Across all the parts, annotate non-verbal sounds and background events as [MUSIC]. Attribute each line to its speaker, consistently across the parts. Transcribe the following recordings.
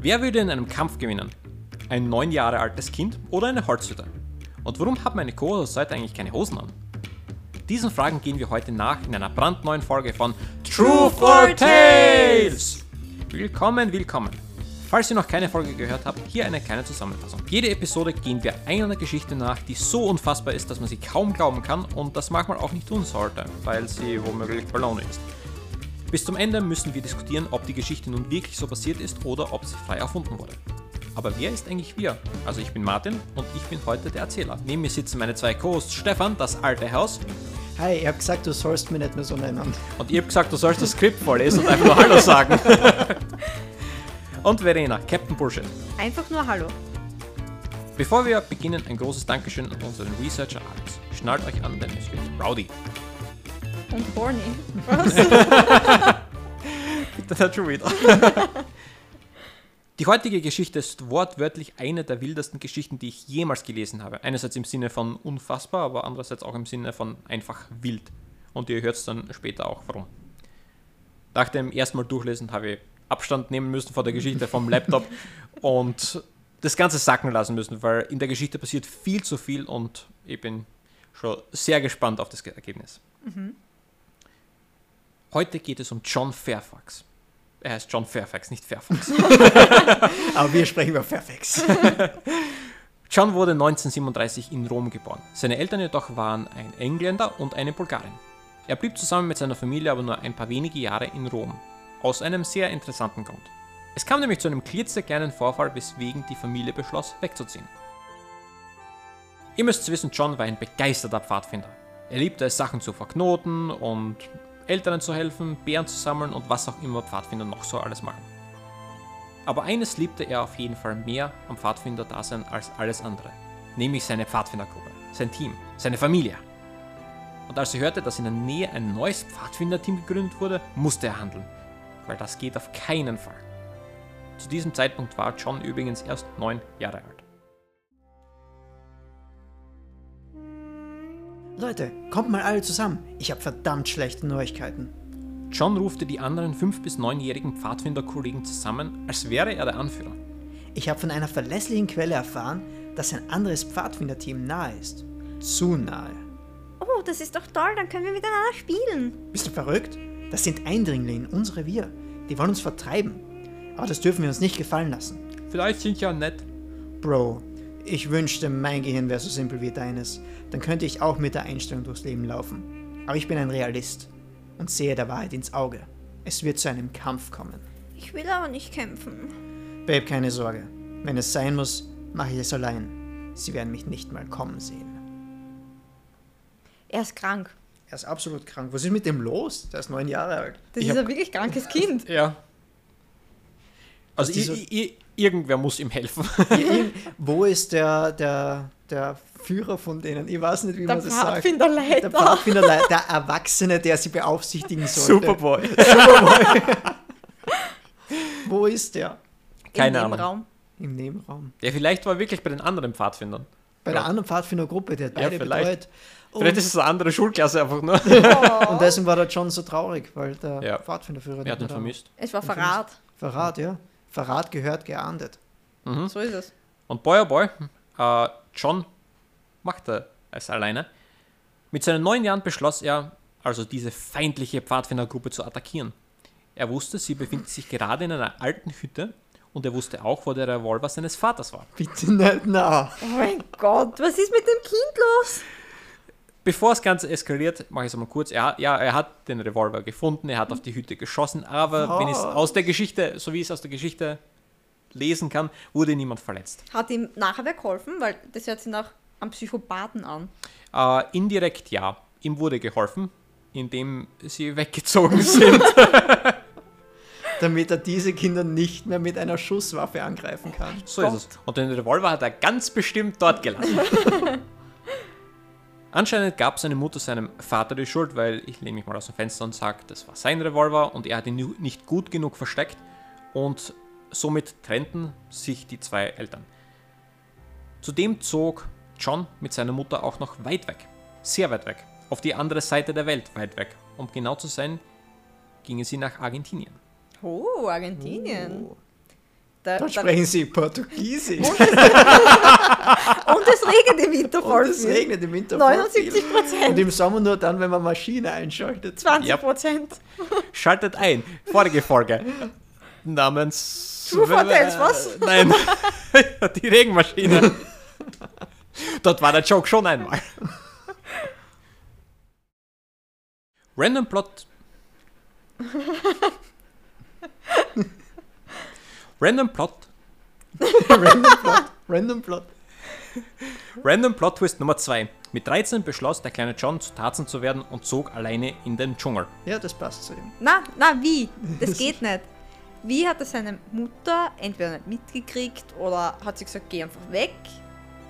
Speaker 1: Wer würde in einem Kampf gewinnen? Ein neun Jahre altes Kind oder eine Holzhütte? Und warum hat meine Co-Host heute eigentlich keine Hosen an? Diesen Fragen gehen wir heute nach in einer brandneuen Folge von Truth or Tales! Willkommen, willkommen! Falls ihr noch keine Folge gehört habt, hier eine kleine Zusammenfassung. Jede Episode gehen wir einer Geschichte nach, die so unfassbar ist, dass man sie kaum glauben kann und das manchmal auch nicht tun sollte, weil sie womöglich Ballone ist. Bis zum Ende müssen wir diskutieren, ob die Geschichte nun wirklich so passiert ist oder ob sie frei erfunden wurde. Aber wer ist eigentlich wir? Also ich bin Martin und ich bin heute der Erzähler. Neben mir sitzen meine zwei Co-Hosts Stefan, das alte Haus,
Speaker 2: Hi, ich hab gesagt, du sollst mich nicht mehr so nennen.
Speaker 1: und ihr habt gesagt, du sollst das Skript vorlesen und einfach nur Hallo sagen. und Verena, Captain Bullshit.
Speaker 3: Einfach nur Hallo.
Speaker 1: Bevor wir beginnen, ein großes Dankeschön an unseren Researcher Alex. Schnallt euch an, denn es wird rowdy.
Speaker 3: Und Horny.
Speaker 1: [LAUGHS] Das schon wieder. Die heutige Geschichte ist wortwörtlich eine der wildesten Geschichten, die ich jemals gelesen habe. Einerseits im Sinne von unfassbar, aber andererseits auch im Sinne von einfach wild. Und ihr hört es dann später auch, warum. Nach dem ersten Mal durchlesen habe ich Abstand nehmen müssen von der Geschichte vom [LAUGHS] Laptop und das Ganze sacken lassen müssen, weil in der Geschichte passiert viel zu viel und ich bin schon sehr gespannt auf das Ergebnis. Mhm. Heute geht es um John Fairfax. Er heißt John Fairfax, nicht Fairfax. [LAUGHS]
Speaker 2: Aber wir sprechen über Fairfax.
Speaker 1: John wurde 1937 in Rom geboren. Seine Eltern jedoch waren ein Engländer und eine Bulgarin. Er blieb zusammen mit seiner Familie aber nur ein paar wenige Jahre in Rom. Aus einem sehr interessanten Grund. Es kam nämlich zu einem klitzekleinen Vorfall, weswegen die Familie beschloss, wegzuziehen. Ihr müsst wissen, John war ein begeisterter Pfadfinder. Er liebte es, Sachen zu verknoten und Eltern zu helfen, Bären zu sammeln und was auch immer Pfadfinder noch so alles machen. Aber eines liebte er auf jeden Fall mehr am Pfadfinder-Dasein als alles andere, nämlich seine Pfadfindergruppe, sein Team, seine Familie. Und als er hörte, dass in der Nähe ein neues Pfadfinderteam gegründet wurde, musste er handeln, weil das geht auf keinen Fall. Zu diesem Zeitpunkt war John übrigens erst neun Jahre alt.
Speaker 2: Leute, kommt mal alle zusammen. Ich habe verdammt schlechte Neuigkeiten.
Speaker 1: John rufte die anderen fünf bis neunjährigen Pfadfinderkollegen zusammen, als wäre er der Anführer.
Speaker 2: Ich habe von einer verlässlichen Quelle erfahren, dass ein anderes Pfadfinderteam nahe ist. Zu nahe.
Speaker 3: Oh, das ist doch toll, dann können wir miteinander spielen.
Speaker 2: Bist du verrückt? Das sind Eindringlinge in unsere Wir. Die wollen uns vertreiben. Aber das dürfen wir uns nicht gefallen lassen.
Speaker 1: Vielleicht sind ja nett.
Speaker 2: Bro, ich wünschte, mein Gehirn wäre so simpel wie deines. Dann könnte ich auch mit der Einstellung durchs Leben laufen. Aber ich bin ein Realist und sehe der Wahrheit ins Auge. Es wird zu einem Kampf kommen.
Speaker 3: Ich will aber nicht kämpfen.
Speaker 2: Babe, keine Sorge. Wenn es sein muss, mache ich es allein. Sie werden mich nicht mal kommen sehen.
Speaker 3: Er ist krank.
Speaker 2: Er ist absolut krank. Was ist mit dem los? Der ist neun Jahre alt.
Speaker 3: Das
Speaker 1: Ich
Speaker 3: ist
Speaker 1: hab-
Speaker 3: ein wirklich krankes Kind.
Speaker 1: Ja. Also,
Speaker 2: Also dieser-
Speaker 1: i- i- i- irgendwer muss ihm helfen.
Speaker 2: Wo ist der, der, der Führer von denen? Ich weiß nicht, wie
Speaker 3: Der
Speaker 2: man das sagt. Der
Speaker 3: Pfadfinderleiter.
Speaker 2: Pfadfinder, der Erwachsene, der sie beaufsichtigen
Speaker 1: [LAUGHS]
Speaker 2: sollte.
Speaker 1: Superboy.
Speaker 2: Wo ist der?
Speaker 1: Keine
Speaker 3: Im
Speaker 1: Ahnung.
Speaker 3: Nebenraum.
Speaker 2: Im Nebenraum.
Speaker 1: Ja, vielleicht war er wirklich bei den anderen Pfadfindern.
Speaker 2: Bei der anderen Pfadfindergruppe, der hat
Speaker 1: Ja,
Speaker 2: beide
Speaker 1: vielleicht.
Speaker 2: betreut.
Speaker 1: Vielleicht
Speaker 2: Und,
Speaker 1: ist es eine andere Schulklasse einfach [LAUGHS] nur.
Speaker 2: und deswegen war der John so traurig, weil der
Speaker 1: Ja.
Speaker 2: Pfadfinderführer
Speaker 1: Er hat ihn
Speaker 2: nicht mehr da war.
Speaker 1: vermisst.
Speaker 3: Es war Verrat.
Speaker 2: Verrat, ja. Verrat gehört geahndet. [LAUGHS] Mhm.
Speaker 3: So ist es.
Speaker 1: Und boy, oh boy, äh, John machte es alleine. Mit seinen neun Jahren beschloss er, also diese feindliche Pfadfindergruppe zu attackieren. Er wusste, sie befindet sich gerade in einer alten Hütte und er wusste auch, wo der Revolver seines Vaters war.
Speaker 2: Bitte nicht, na.
Speaker 3: Oh mein Gott, was ist mit dem Kind los?
Speaker 1: Bevor das Ganze eskaliert, mache ich es einmal kurz. Er, ja, er hat den Revolver gefunden, er hat auf die Hütte geschossen, aber wenn ich es
Speaker 2: Was?
Speaker 1: aus der Geschichte, so wie ich es aus der Geschichte lesen kann, wurde niemand verletzt.
Speaker 3: Hat ihm nachher wer geholfen? Weil das hört sich nach einem Psychopathen an.
Speaker 1: Äh, indirekt ja, ihm wurde geholfen, indem sie weggezogen sind.
Speaker 2: damit er diese Kinder nicht mehr mit einer Schusswaffe angreifen kann.
Speaker 1: so ist es. Und den Revolver hat er ganz bestimmt dort gelassen. Anscheinend gab seine Mutter seinem Vater die Schuld, weil ich lehne mich mal aus dem Fenster und sage, das war sein Revolver und er hat ihn nu- nicht gut genug versteckt und somit trennten sich die zwei Eltern. Zudem zog John mit seiner Mutter auch noch weit weg, sehr weit weg, auf die andere Seite der Welt weit weg. Um genau zu sein, gingen sie nach Argentinien.
Speaker 3: Oh, Argentinien. Da,
Speaker 2: Dort
Speaker 3: da-
Speaker 2: sprechen sie
Speaker 3: [LAUGHS]
Speaker 2: Portugiesisch.
Speaker 3: und es regnet im Winter voll
Speaker 2: Und es
Speaker 3: viel.
Speaker 2: regnet im Winter. voll viel.
Speaker 3: 79
Speaker 2: Und
Speaker 3: Prozent.
Speaker 2: im Sommer nur dann, wenn man Maschine einschaltet.
Speaker 3: 20
Speaker 1: Ja.
Speaker 3: Prozent.
Speaker 1: Schaltet ein. Vorige Folge. Namens.
Speaker 3: True Four Tales, was?
Speaker 1: Nein. [LAUGHS] Die Regenmaschine. Dort war der Joke schon einmal. Random Plot. Random Plot.
Speaker 2: Random Plot. Random Plot.
Speaker 1: Random Plot Twist Nummer 2. Mit 13 beschloss der kleine John zu Tarzan zu werden und zog alleine in den Dschungel.
Speaker 2: Ja, das passt zu ihm.
Speaker 3: Na, na,
Speaker 2: [LAUGHS]
Speaker 3: wie? Das geht nicht. Wie hat das seine Mutter entweder nicht mitgekriegt oder hat sie gesagt, geh einfach weg?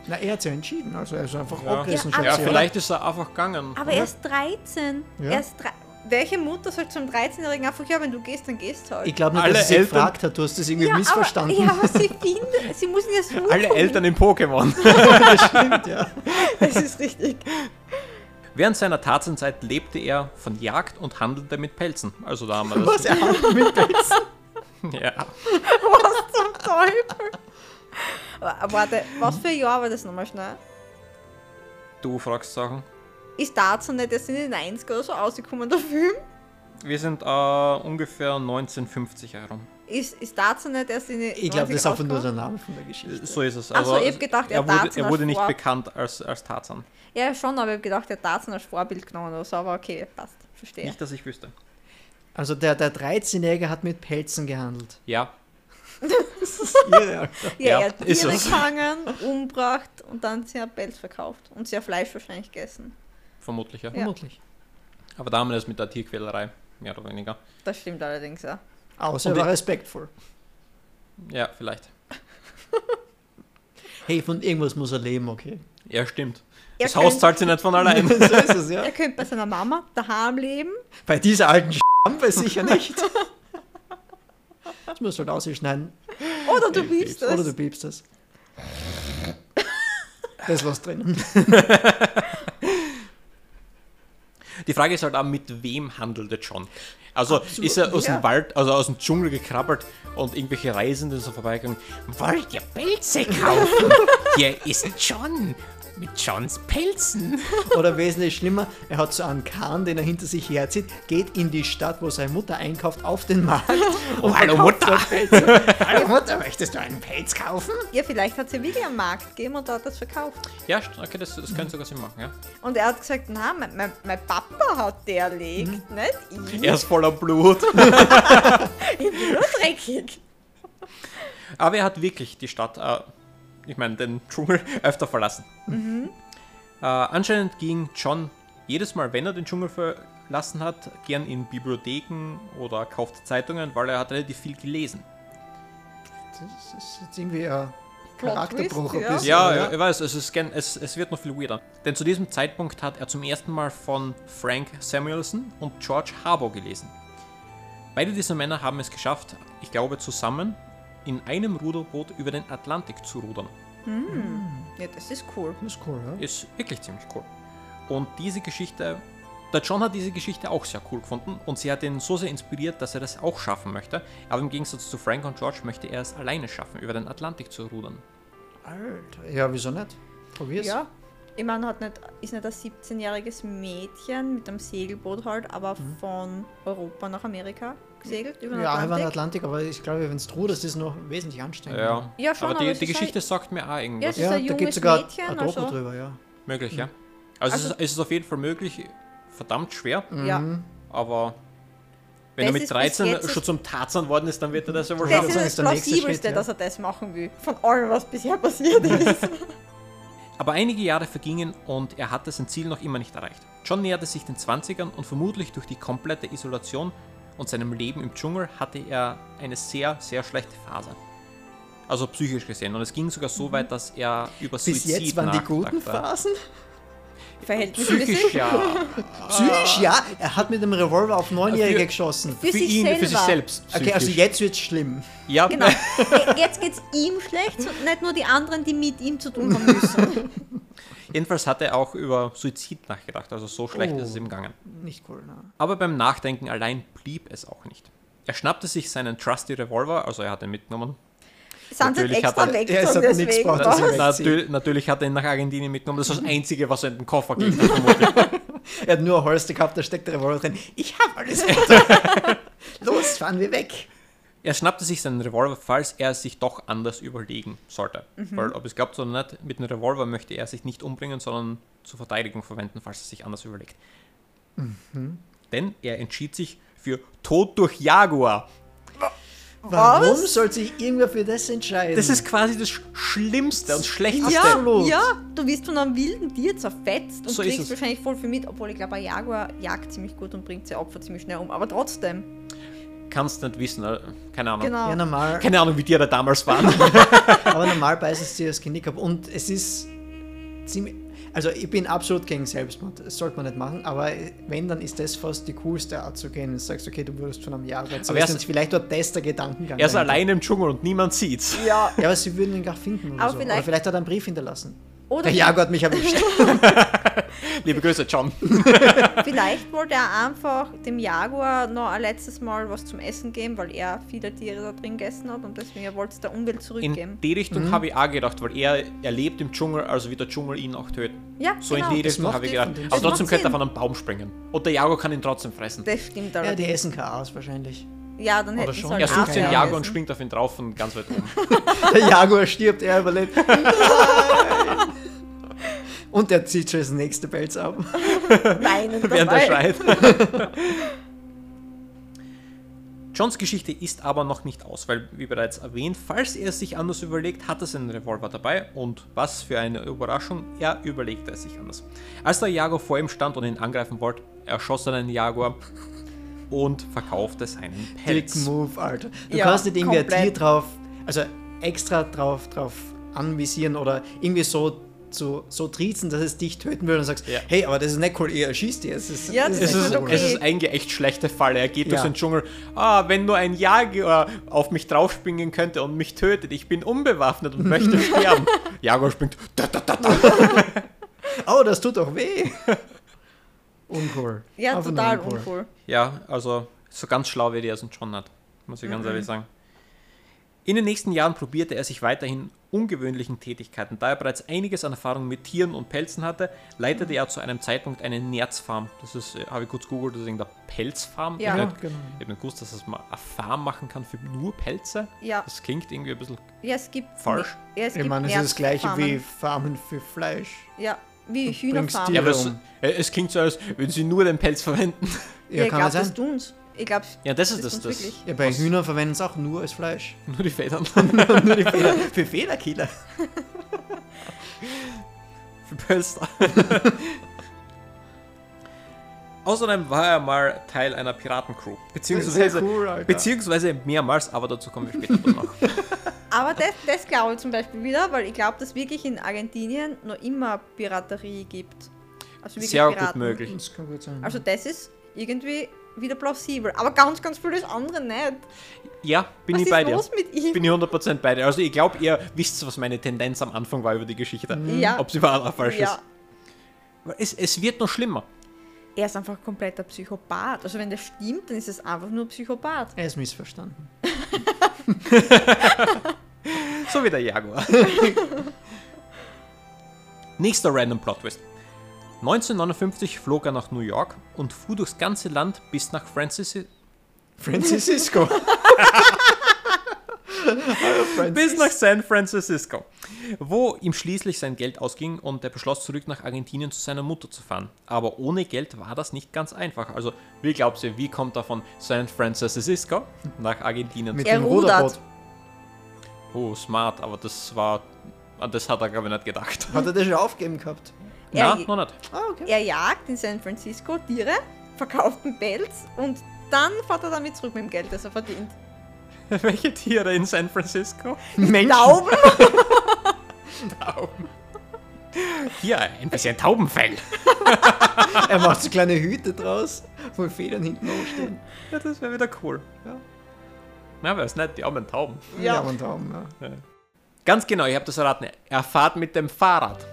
Speaker 2: Na, er hat ja entschieden. Also er ist einfach
Speaker 1: Ja.
Speaker 2: abgerissen.
Speaker 3: Ja,
Speaker 2: schon
Speaker 1: Ja,
Speaker 3: Ja,
Speaker 2: sehr.
Speaker 1: vielleicht ist er einfach gegangen.
Speaker 3: Aber er ist 13.
Speaker 2: Ja.
Speaker 3: Er ist drei- Welche Mutter soll zum 13-Jährigen einfach, ja, wenn du gehst, dann gehst halt.
Speaker 2: Ich glaube nicht,
Speaker 1: Alle
Speaker 2: dass sie
Speaker 1: Eltern-
Speaker 2: gefragt hat. Du hast das irgendwie
Speaker 3: ja,
Speaker 2: missverstanden. [LAUGHS]
Speaker 3: Aber, ja, aber sie finden, sie müssen ja suchen.
Speaker 1: Alle Eltern im Pokémon.
Speaker 2: Stimmt, ja.
Speaker 3: [LAUGHS] Das ist richtig.
Speaker 1: Während seiner Tarzanzeit lebte er von Jagd und handelte mit Pelzen. Also da haben wir das.
Speaker 2: Was er hat mit [LAUGHS]
Speaker 3: [LAUGHS]
Speaker 1: Ja.
Speaker 3: Was zum Teufel? Aber, warte, was für ein Jahr war das nochmal schnell?
Speaker 1: Du fragst Sachen.
Speaker 3: Ist Tarzan nicht erst in den 90 oder so rausgekommen, der Film?
Speaker 1: Wir sind äh, ungefähr 1950 herum.
Speaker 3: Ist, ist Tarzan nicht erst in den
Speaker 2: Ich glaube,
Speaker 3: 90er
Speaker 2: das ist einfach nur
Speaker 3: rausgekommen?
Speaker 2: der Name von der Geschichte.
Speaker 1: So ist es.
Speaker 3: Ach so,
Speaker 1: Aber
Speaker 3: ich hab gedacht, er
Speaker 1: er wurde,
Speaker 3: Tarzan
Speaker 1: er
Speaker 3: als
Speaker 1: wurde nicht
Speaker 3: Vor-
Speaker 1: bekannt als, als Tarzan.
Speaker 3: Ja, schon, aber ich habe gedacht, der hat Tarzan als Vorbild genommen oder so, aber okay, passt. Verstehe.
Speaker 1: Nicht, dass ich wüsste.
Speaker 2: Also der, der 13-Jährige hat mit Pelzen [LAUGHS] gehandelt.
Speaker 1: Ja.
Speaker 2: Irre, Alter.
Speaker 3: ja,
Speaker 1: Ja,
Speaker 3: er hat
Speaker 1: ist
Speaker 3: Tiere
Speaker 1: es.
Speaker 3: gefangen, umgebracht und dann sehr Pelz verkauft und sehr Fleisch wahrscheinlich gegessen.
Speaker 1: Vermutlich, ja.
Speaker 3: Ja.
Speaker 2: Vermutlich.
Speaker 1: Aber da haben wir das mit der Tierquälerei. Mehr oder weniger.
Speaker 3: Das stimmt allerdings, ja.
Speaker 2: Außer
Speaker 1: Und
Speaker 2: er war
Speaker 1: ich-
Speaker 2: respektvoll.
Speaker 1: Ja, vielleicht.
Speaker 2: Hey, von irgendwas muss er leben, okay?
Speaker 1: Ja, stimmt.
Speaker 3: Er
Speaker 1: das Haus
Speaker 3: könnte-
Speaker 1: zahlt sich nicht von
Speaker 2: [LAUGHS]
Speaker 1: allein.
Speaker 2: so ist es, ja.
Speaker 3: Er könnte bei seiner Mama daheim leben.
Speaker 2: Bei dieser alten Schampe sicher [LAUGHS] nicht. Das musst du halt ausschneiden.
Speaker 3: Oder du
Speaker 1: Ich lieb's.
Speaker 3: willst es.
Speaker 2: Oder du piepst das. Das war's drin.
Speaker 1: Die Frage ist halt auch, mit wem handelt er John? Also ist er aus
Speaker 3: ja.
Speaker 1: dem Wald, also aus dem Dschungel gekrabbelt und irgendwelche Reisenden so vorbeigegangen. Wollt ihr Pelze kaufen? Hier ist John mit Johns Pelzen.
Speaker 2: Oder wesentlich schlimmer, er hat so einen Kahn, den er hinter sich herzieht, geht in die Stadt, wo seine Mutter einkauft, auf den
Speaker 3: [LAUGHS]
Speaker 2: Markt.
Speaker 1: Oh, hallo Mutter.
Speaker 2: Hallo Mutter, möchtest du einen Pelz kaufen?
Speaker 3: Ja, vielleicht hat sie wirklich am Markt gegeben und hat das verkauft.
Speaker 1: Ja, st- okay, das, das könnte sogar Sinn machen, ja.
Speaker 3: Und er hat gesagt, na, mein, mein, mein Papa hat der erlegt,
Speaker 1: Mhm.
Speaker 3: nicht ich.
Speaker 1: Er ist voller Blut.
Speaker 3: Ich [LAUGHS] bin nur dreckig.
Speaker 1: Aber er hat wirklich die Stadt, äh, ich meine den Dschungel, [LAUGHS] öfter verlassen. Äh, anscheinend ging John jedes Mal, wenn er den Dschungel verlassen hat, gern in Bibliotheken oder kaufte Zeitungen, weil er hat relativ viel gelesen.
Speaker 2: Das ist jetzt irgendwie ein
Speaker 3: Plot
Speaker 2: Charakterbruch
Speaker 3: Twist,
Speaker 2: ein
Speaker 3: ja.
Speaker 2: bisschen.
Speaker 1: Ja,
Speaker 2: oder?
Speaker 1: ich weiß, es, ist gern, es, es wird noch viel weirder. Denn zu diesem Zeitpunkt hat er zum ersten Mal von Frank Samuelson und George Harbour gelesen. Beide dieser Männer haben es geschafft, ich glaube zusammen, in einem Ruderboot über den Atlantik zu rudern.
Speaker 3: Ja, das ist cool.
Speaker 2: Das ist cool, ja?
Speaker 1: Ist wirklich ziemlich cool. Und diese Geschichte, der John hat diese Geschichte auch sehr cool gefunden und sie hat ihn so sehr inspiriert, dass er das auch schaffen möchte. Aber im Gegensatz zu Frank und George möchte er es alleine schaffen, über den Atlantik zu rudern.
Speaker 2: Alter. Ja, wieso nicht? Probier's.
Speaker 3: Ja. Ich meine, hat nicht, ist nicht ein 17-jähriges Mädchen mit einem Segelboot halt, aber von Europa nach Amerika gesegelt über den
Speaker 2: Ja,
Speaker 3: Atlantik.
Speaker 2: über den Atlantik, aber ich glaube, wenn es ruderst, ist es noch wesentlich anstrengender.
Speaker 3: Ja, schon,
Speaker 1: aber die,
Speaker 3: aber es
Speaker 1: die
Speaker 3: ist halt
Speaker 1: Geschichte sagt mir auch
Speaker 3: Ja,
Speaker 1: irgendwas.
Speaker 3: es ist ein
Speaker 2: da
Speaker 3: junges
Speaker 2: gibt's sogar
Speaker 3: Mädchen,
Speaker 2: ein Doku
Speaker 3: also-
Speaker 2: drüber, ja.
Speaker 1: Möglich, ja. Also, es,
Speaker 3: Also-
Speaker 1: ist, es ist auf jeden Fall möglich, verdammt schwer,
Speaker 3: Ja.
Speaker 1: aber wenn er
Speaker 3: Das
Speaker 1: mit
Speaker 3: ist bis
Speaker 1: 13
Speaker 3: jetzt-
Speaker 1: schon zum Tarzan worden ist, dann wird er das ja wohl
Speaker 3: Das
Speaker 2: wollte
Speaker 1: schaffen.
Speaker 2: sagen,
Speaker 3: ist das
Speaker 2: ist der nächste
Speaker 3: Plausibelste,
Speaker 2: Schritt, ja.
Speaker 3: dass er das machen will. Von allem, was bisher passiert ist.
Speaker 1: Aber einige Jahre vergingen und er hatte sein Ziel noch immer nicht erreicht. John näherte sich den 20ern und vermutlich durch die komplette Isolation und seinem Leben im Dschungel hatte er eine sehr, sehr schlechte Phase. Also psychisch gesehen. Und es ging sogar
Speaker 3: Mhm.
Speaker 1: so weit, dass er über
Speaker 2: Bis
Speaker 1: Suizid
Speaker 2: jetzt waren die guten
Speaker 1: nachdachte.
Speaker 2: Phasen.
Speaker 1: Psychisch,
Speaker 3: Verhältnismäßig.
Speaker 1: ja.
Speaker 2: Psychisch, ja. Er hat mit dem Revolver auf Neunjährige
Speaker 1: Für-
Speaker 2: geschossen.
Speaker 3: Für sich
Speaker 1: ihn, für sich
Speaker 3: selber.
Speaker 1: selbst.
Speaker 2: Okay, also
Speaker 1: psychisch.
Speaker 2: jetzt wird's schlimm.
Speaker 1: Ja,
Speaker 3: Genau. Je- Jetzt geht's ihm schlecht, so- nicht nur die anderen, die mit ihm zu tun haben müssen.
Speaker 1: jedenfalls hat er auch über Suizid nachgedacht. Also so schlecht
Speaker 2: Oh.
Speaker 1: ist es ihm gegangen.
Speaker 2: Nicht cool, ne?
Speaker 1: Aber beim Nachdenken allein blieb es auch nicht. Er schnappte sich seinen trusty Revolver, also er hat ihn mitgenommen,
Speaker 3: Sind sie
Speaker 1: Natürlich hat
Speaker 3: extra
Speaker 1: er-
Speaker 3: weg
Speaker 2: Ja, es
Speaker 3: und
Speaker 2: hat nichts
Speaker 3: deswegen.
Speaker 2: gebracht, dass sie
Speaker 3: was?
Speaker 2: wegziehen.
Speaker 1: Natür natürlich hat er ihn nach Argentinien mitgenommen. Das war das Einzige, was er in den Koffer gelegt hat. vermutlich.
Speaker 2: Er hat nur ein Holster gehabt, da steckt der Revolver drin. Ich hab
Speaker 3: [LAUGHS]
Speaker 2: alles Los, fahren wir weg.
Speaker 1: er schnappte sich seinen Revolver, falls er es sich doch anders überlegen sollte. Weil, ob es glaubt oder nicht, mit einem Revolver möchte er sich nicht umbringen, sondern zur Verteidigung verwenden, falls er sich anders überlegt. Denn er entschied sich für Tod durch Jaguar.
Speaker 2: Warum sollte sich irgendwer für das entscheiden?
Speaker 1: Das ist quasi das Sch- Schlimmste und Schlechteste.
Speaker 3: Ja,
Speaker 2: Absolut.
Speaker 3: ja, du wirst von einem wilden Tier zerfetzt und
Speaker 1: So ist
Speaker 3: kriegst
Speaker 1: es.
Speaker 3: wahrscheinlich voll viel mit, obwohl ich glaube, ein Jaguar jagt ziemlich gut und bringt seine Opfer ziemlich schnell um. Aber trotzdem,
Speaker 1: Kannst nicht wissen, äh, keine Ahnung.
Speaker 3: [LAUGHS] genau.
Speaker 2: ja, normal.
Speaker 1: Keine Ahnung, wie die da damals waren. [LAUGHS]
Speaker 2: Aber normal beißt es dir das Genick ab. Und es ist ziemlich. Also, ich bin absolut gegen Selbstmord. Das sollte man nicht machen. Aber wenn, dann ist das fast die coolste Art zu gehen. Wenn du sagst, okay, du wurdest von einem Jahr alt.
Speaker 1: Aber er ist-
Speaker 2: Zumindest vielleicht dort das der Gedankengang.
Speaker 1: er ist
Speaker 2: dahinter.
Speaker 1: allein im Dschungel und niemand sieht's.
Speaker 3: Ja.
Speaker 2: Ja, aber sie würden ihn gar finden. Oder,
Speaker 3: Aber
Speaker 2: so.
Speaker 3: vielleicht-
Speaker 2: oder vielleicht hat er einen Brief hinterlassen. [LAUGHS]
Speaker 3: Oder
Speaker 2: Der Jago hat mich
Speaker 3: [LAUGHS]
Speaker 2: erwischt.
Speaker 1: Liebe Grüße, John.
Speaker 3: vielleicht wollte er einfach dem Jaguar noch ein letztes Mal was zum Essen geben, weil er viele Tiere da drin gegessen hat und deswegen er wollte es der Umwelt zurückgeben.
Speaker 1: In die Richtung habe ich auch gedacht, weil er, er lebt im Dschungel, also wird der Dschungel ihn auch töten.
Speaker 3: Ja,
Speaker 1: So
Speaker 3: genau.
Speaker 1: in die
Speaker 2: Das
Speaker 1: Richtung
Speaker 2: macht
Speaker 1: habe ich gedacht.
Speaker 2: definitiv
Speaker 1: Aber
Speaker 3: Sinn.
Speaker 1: trotzdem
Speaker 3: Das macht
Speaker 1: könnte er
Speaker 3: Sinn.
Speaker 1: von einem Baum springen. Und der Jago kann ihn trotzdem fressen.
Speaker 3: Das stimmt
Speaker 2: ja, die
Speaker 3: allerdings.
Speaker 2: essen kein Aas
Speaker 3: [LAUGHS]
Speaker 2: wahrscheinlich.
Speaker 3: Ja, dann
Speaker 2: Oder
Speaker 3: hätten sie
Speaker 2: schon.
Speaker 3: halt
Speaker 1: Er sucht den
Speaker 3: Aasfleisch
Speaker 1: Jago und
Speaker 3: gegessen.
Speaker 1: springt auf ihn drauf von ganz weit oben.
Speaker 2: Der Jaguar stirbt, er
Speaker 3: [LAUGHS]
Speaker 2: überlebt. Nein! Und er zieht schon das nächste Pelz ab. [LAUGHS]
Speaker 3: Weinen
Speaker 1: während er
Speaker 3: dabei.
Speaker 1: schreit. [LAUGHS] Johns Geschichte ist aber noch nicht aus, weil, wie bereits erwähnt, falls er es sich anders überlegt, hat er seinen Revolver dabei und was für eine Überraschung, er überlegte es sich anders. Als der Jaguar vor ihm stand und ihn angreifen wollte, erschoss er einen Jaguar und verkaufte seinen
Speaker 2: Dick
Speaker 1: Pelz.
Speaker 2: Move, Alter. Du
Speaker 3: Ja,
Speaker 2: kannst nicht irgendwie ein
Speaker 3: komplett.
Speaker 2: Tier drauf, also extra drauf, drauf anvisieren oder irgendwie so, so, so triezen, dass es dich töten würde und sagst,
Speaker 1: Ja.
Speaker 2: hey, aber das ist nicht cool, ihr erschießt dich. Es ist,
Speaker 3: Ja, das
Speaker 1: Es
Speaker 2: nicht
Speaker 1: ist,
Speaker 3: Ist okay.
Speaker 1: es ist eigentlich echt schlechte Falle. Er geht durch
Speaker 2: Ja.
Speaker 1: den Dschungel. Ah, wenn nur ein Jaguar auf mich draufspringen könnte und mich tötet. Ich bin unbewaffnet und [LAUGHS] möchte sterben. Jaguar springt. Da, da, da, da.
Speaker 2: Oh, das tut doch weh.
Speaker 3: [LAUGHS]
Speaker 2: uncool.
Speaker 3: Ja,
Speaker 2: Einfach nur
Speaker 3: total uncool.
Speaker 1: Ja, also so ganz schlau wird er es und schon nicht, muss ich ganz ehrlich sagen. In den nächsten Jahren probierte er sich weiterhin ungewöhnlichen Tätigkeiten. Da er bereits einiges an Erfahrung mit Tieren und Pelzen hatte, leitete er zu einem Zeitpunkt eine Nerzfarm. Das ist, äh, habe ich kurz googelt, das ist irgendeine Pelzfarm.
Speaker 3: Ja.
Speaker 1: Ich
Speaker 2: Ja,
Speaker 1: habe nicht,
Speaker 2: genau.
Speaker 1: ich hab nicht gewusst, dass das mal eine Farm machen kann für nur Pelze.
Speaker 3: Ja.
Speaker 1: Das klingt irgendwie ein bisschen
Speaker 3: ja, es gibt.
Speaker 1: falsch.
Speaker 3: Ja, es
Speaker 2: Ich
Speaker 3: gibt
Speaker 2: meine, es ist das gleiche wie
Speaker 3: Nerzfarmen.
Speaker 2: Farmen für Fleisch.
Speaker 3: Ja, wie
Speaker 2: bringst
Speaker 3: Hühnerfarmen.
Speaker 2: die-
Speaker 1: Ja, aber es,
Speaker 2: Wiederum.
Speaker 1: äh, es klingt so, als würden sie nur den Pelz verwenden.
Speaker 2: Ja,
Speaker 3: ich
Speaker 2: kann man
Speaker 3: glaube,
Speaker 2: sein.
Speaker 3: das tun's. Ich glaube,
Speaker 1: Ja, das ist
Speaker 3: Das
Speaker 1: das.
Speaker 3: ist
Speaker 1: das,
Speaker 3: wirklich-
Speaker 2: Ja, bei
Speaker 1: was-
Speaker 2: Hühnern verwenden es auch nur als Fleisch. [LAUGHS]
Speaker 1: Nur die Federn.
Speaker 2: nur die Fehler.
Speaker 1: [LAUGHS]
Speaker 2: Für Fehlerkiller.
Speaker 1: Für Pölster. [LAUGHS] Außerdem war er mal Teil einer Piratencrew. Beziehungsweise,
Speaker 2: Sehr cool, Alter.
Speaker 1: beziehungsweise mehrmals, aber dazu kommen wir später dann
Speaker 3: [LAUGHS]
Speaker 1: noch.
Speaker 3: Aber das, das glaube ich zum Beispiel wieder, weil ich glaube, dass wirklich in Argentinien noch immer Piraterie gibt. Also wirklich
Speaker 1: Sehr gut
Speaker 3: Piraten.
Speaker 1: möglich.
Speaker 2: Das kann gut sein.
Speaker 3: Also das ist irgendwie wieder plausibel. Aber ganz, ganz vieles andere nicht.
Speaker 1: Ja, bin
Speaker 3: was
Speaker 1: ich
Speaker 3: ist
Speaker 1: bei dir.
Speaker 3: los mit ihm?
Speaker 1: Bin ich 100% bei dir. Also ich glaube, ihr wisst, was meine Tendenz am Anfang war über die Geschichte.
Speaker 3: Ja.
Speaker 1: Ob sie wahr oder falsch
Speaker 3: ja.
Speaker 1: ist. Weil Es, es wird noch schlimmer.
Speaker 3: Er ist einfach kompletter Psychopath. Also wenn das stimmt, dann ist es einfach nur Psychopath.
Speaker 2: Er ist missverstanden.
Speaker 1: So wie der Jaguar. [LAUGHS] Nächster Random Plot Twist. 1959 flog er nach New York und fuhr durchs ganze Land bis nach Francis,
Speaker 2: [LAUGHS] Francisco.
Speaker 1: bis nach San Francisco, wo ihm schließlich sein Geld ausging und er beschloss, zurück nach Argentinien zu seiner Mutter zu fahren. Aber ohne Geld war das nicht ganz einfach. Also, wie glaubst du, wie kommt er von San Francisco nach Argentinien?
Speaker 2: Mit
Speaker 3: Er
Speaker 2: dem
Speaker 3: rudert.
Speaker 2: Ruderboot.
Speaker 1: oh, smart, aber das war. an Das hat er, glaube ich, nicht gedacht.
Speaker 2: Hat er das schon aufgeben gehabt?
Speaker 1: Ja,
Speaker 3: Ja,
Speaker 1: noch nicht. [LAUGHS]
Speaker 2: Ah, okay.
Speaker 3: Er jagt in San Francisco Tiere, verkauft einen Pelz und dann fährt er damit zurück mit dem Geld, das er verdient.
Speaker 1: Welche Tiere in San Francisco?
Speaker 2: Menschen.
Speaker 3: Glauben?
Speaker 1: Hier, ein bisschen Taubenfell.
Speaker 2: [LAUGHS] Er macht so kleine Hüte draus, wo Federn hinten rumstehen.
Speaker 1: Ja, das wäre wieder cool. Ja. Na, wär's nicht, die armen Tauben.
Speaker 3: Ja.
Speaker 2: und Daumen, ja.
Speaker 1: Ganz genau, ich habe das erraten. Er fährt mit dem Fahrrad.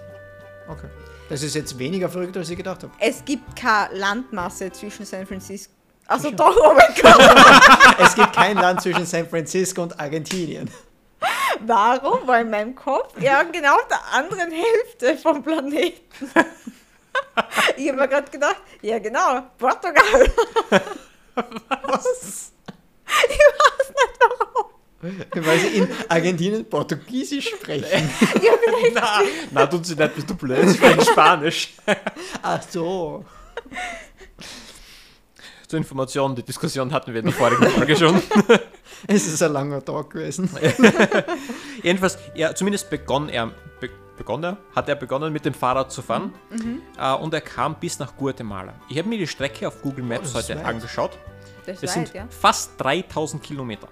Speaker 2: Okay. Das ist jetzt weniger verrückt, als ich gedacht [LAUGHS] habe.
Speaker 3: Es gibt keine Landmasse zwischen San Francisco. Also doch, oh mein Gott.
Speaker 2: Es gibt kein Land zwischen San Francisco und Argentinien.
Speaker 3: [LAUGHS]
Speaker 2: [LAUGHS]
Speaker 3: Warum war in meinem Kopf ja genau auf der anderen Hälfte vom Planeten? [LAUGHS] ich habe mir gerade gedacht, ja genau, Portugal. [LAUGHS]
Speaker 1: Was?
Speaker 3: Ich weiß nicht warum.
Speaker 2: Weil sie in Argentinien Portugiesisch sprechen.
Speaker 3: Ja, vielleicht,
Speaker 1: Na, na, tut sie nicht, bist du blöd, ich bin Spanisch.
Speaker 2: Ach so.
Speaker 1: Zur Information, die Diskussion hatten wir in der vorigen Folge schon.
Speaker 2: Es ist ein langer Tag gewesen.
Speaker 1: Jedenfalls, er, zumindest begann er, be, begann er, hat er begonnen mit dem Fahrrad zu fahren äh, und er kam bis nach Guatemala. Ich habe mir die Strecke auf Google Maps
Speaker 2: Oh, das ist
Speaker 1: heute
Speaker 2: weit.
Speaker 1: angeschaut.
Speaker 3: das
Speaker 1: Es
Speaker 3: ist
Speaker 1: sind
Speaker 3: weit, ja.
Speaker 1: fast 3000 Kilometer.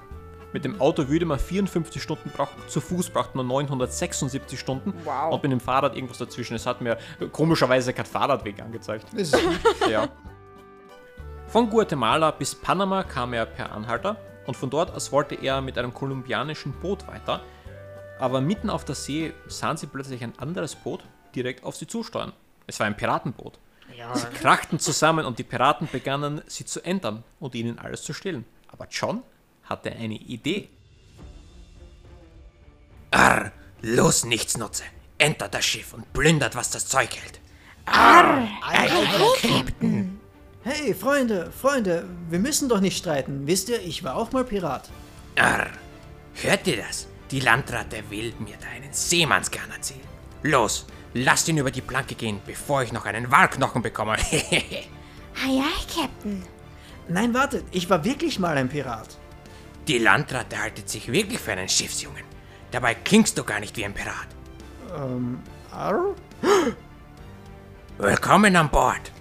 Speaker 1: Mit dem Auto würde man 54 Stunden brauchen, zu Fuß braucht man 976 Stunden
Speaker 3: Wow.
Speaker 1: und mit dem Fahrrad irgendwas dazwischen. Es hat mir komischerweise kein Fahrradweg angezeigt.
Speaker 2: Das ist
Speaker 1: Ja. Von Guatemala bis Panama kam er per Anhalter und von dort aus wollte er mit einem kolumbianischen Boot weiter. Aber mitten auf der See sahen sie plötzlich ein anderes Boot direkt auf sie zusteuern. Es war ein Piratenboot. Sie krachten zusammen und die Piraten begannen, sie zu entern und ihnen alles zu stehlen. Aber John hatte eine Idee. Arr, los Nichtsnutze, entert das Schiff und plündert, was das Zeug hält.
Speaker 2: Hey, Freunde, Freunde, wir müssen doch nicht streiten. Wisst ihr, ich war auch mal Pirat.
Speaker 1: Arr, hört ihr das? Die Landratte will mir da einen Seemannsgarn erzählen. Los, lasst ihn über die Planke gehen, bevor ich noch einen Walknochen bekomme. [LAUGHS]
Speaker 3: Ei, ei, Captain.
Speaker 2: Nein, wartet, ich war wirklich mal ein Pirat.
Speaker 1: die Landratte haltet sich wirklich für einen Schiffsjungen. Dabei klingst du gar nicht wie ein Pirat.
Speaker 2: Arr?
Speaker 1: Willkommen an Bord.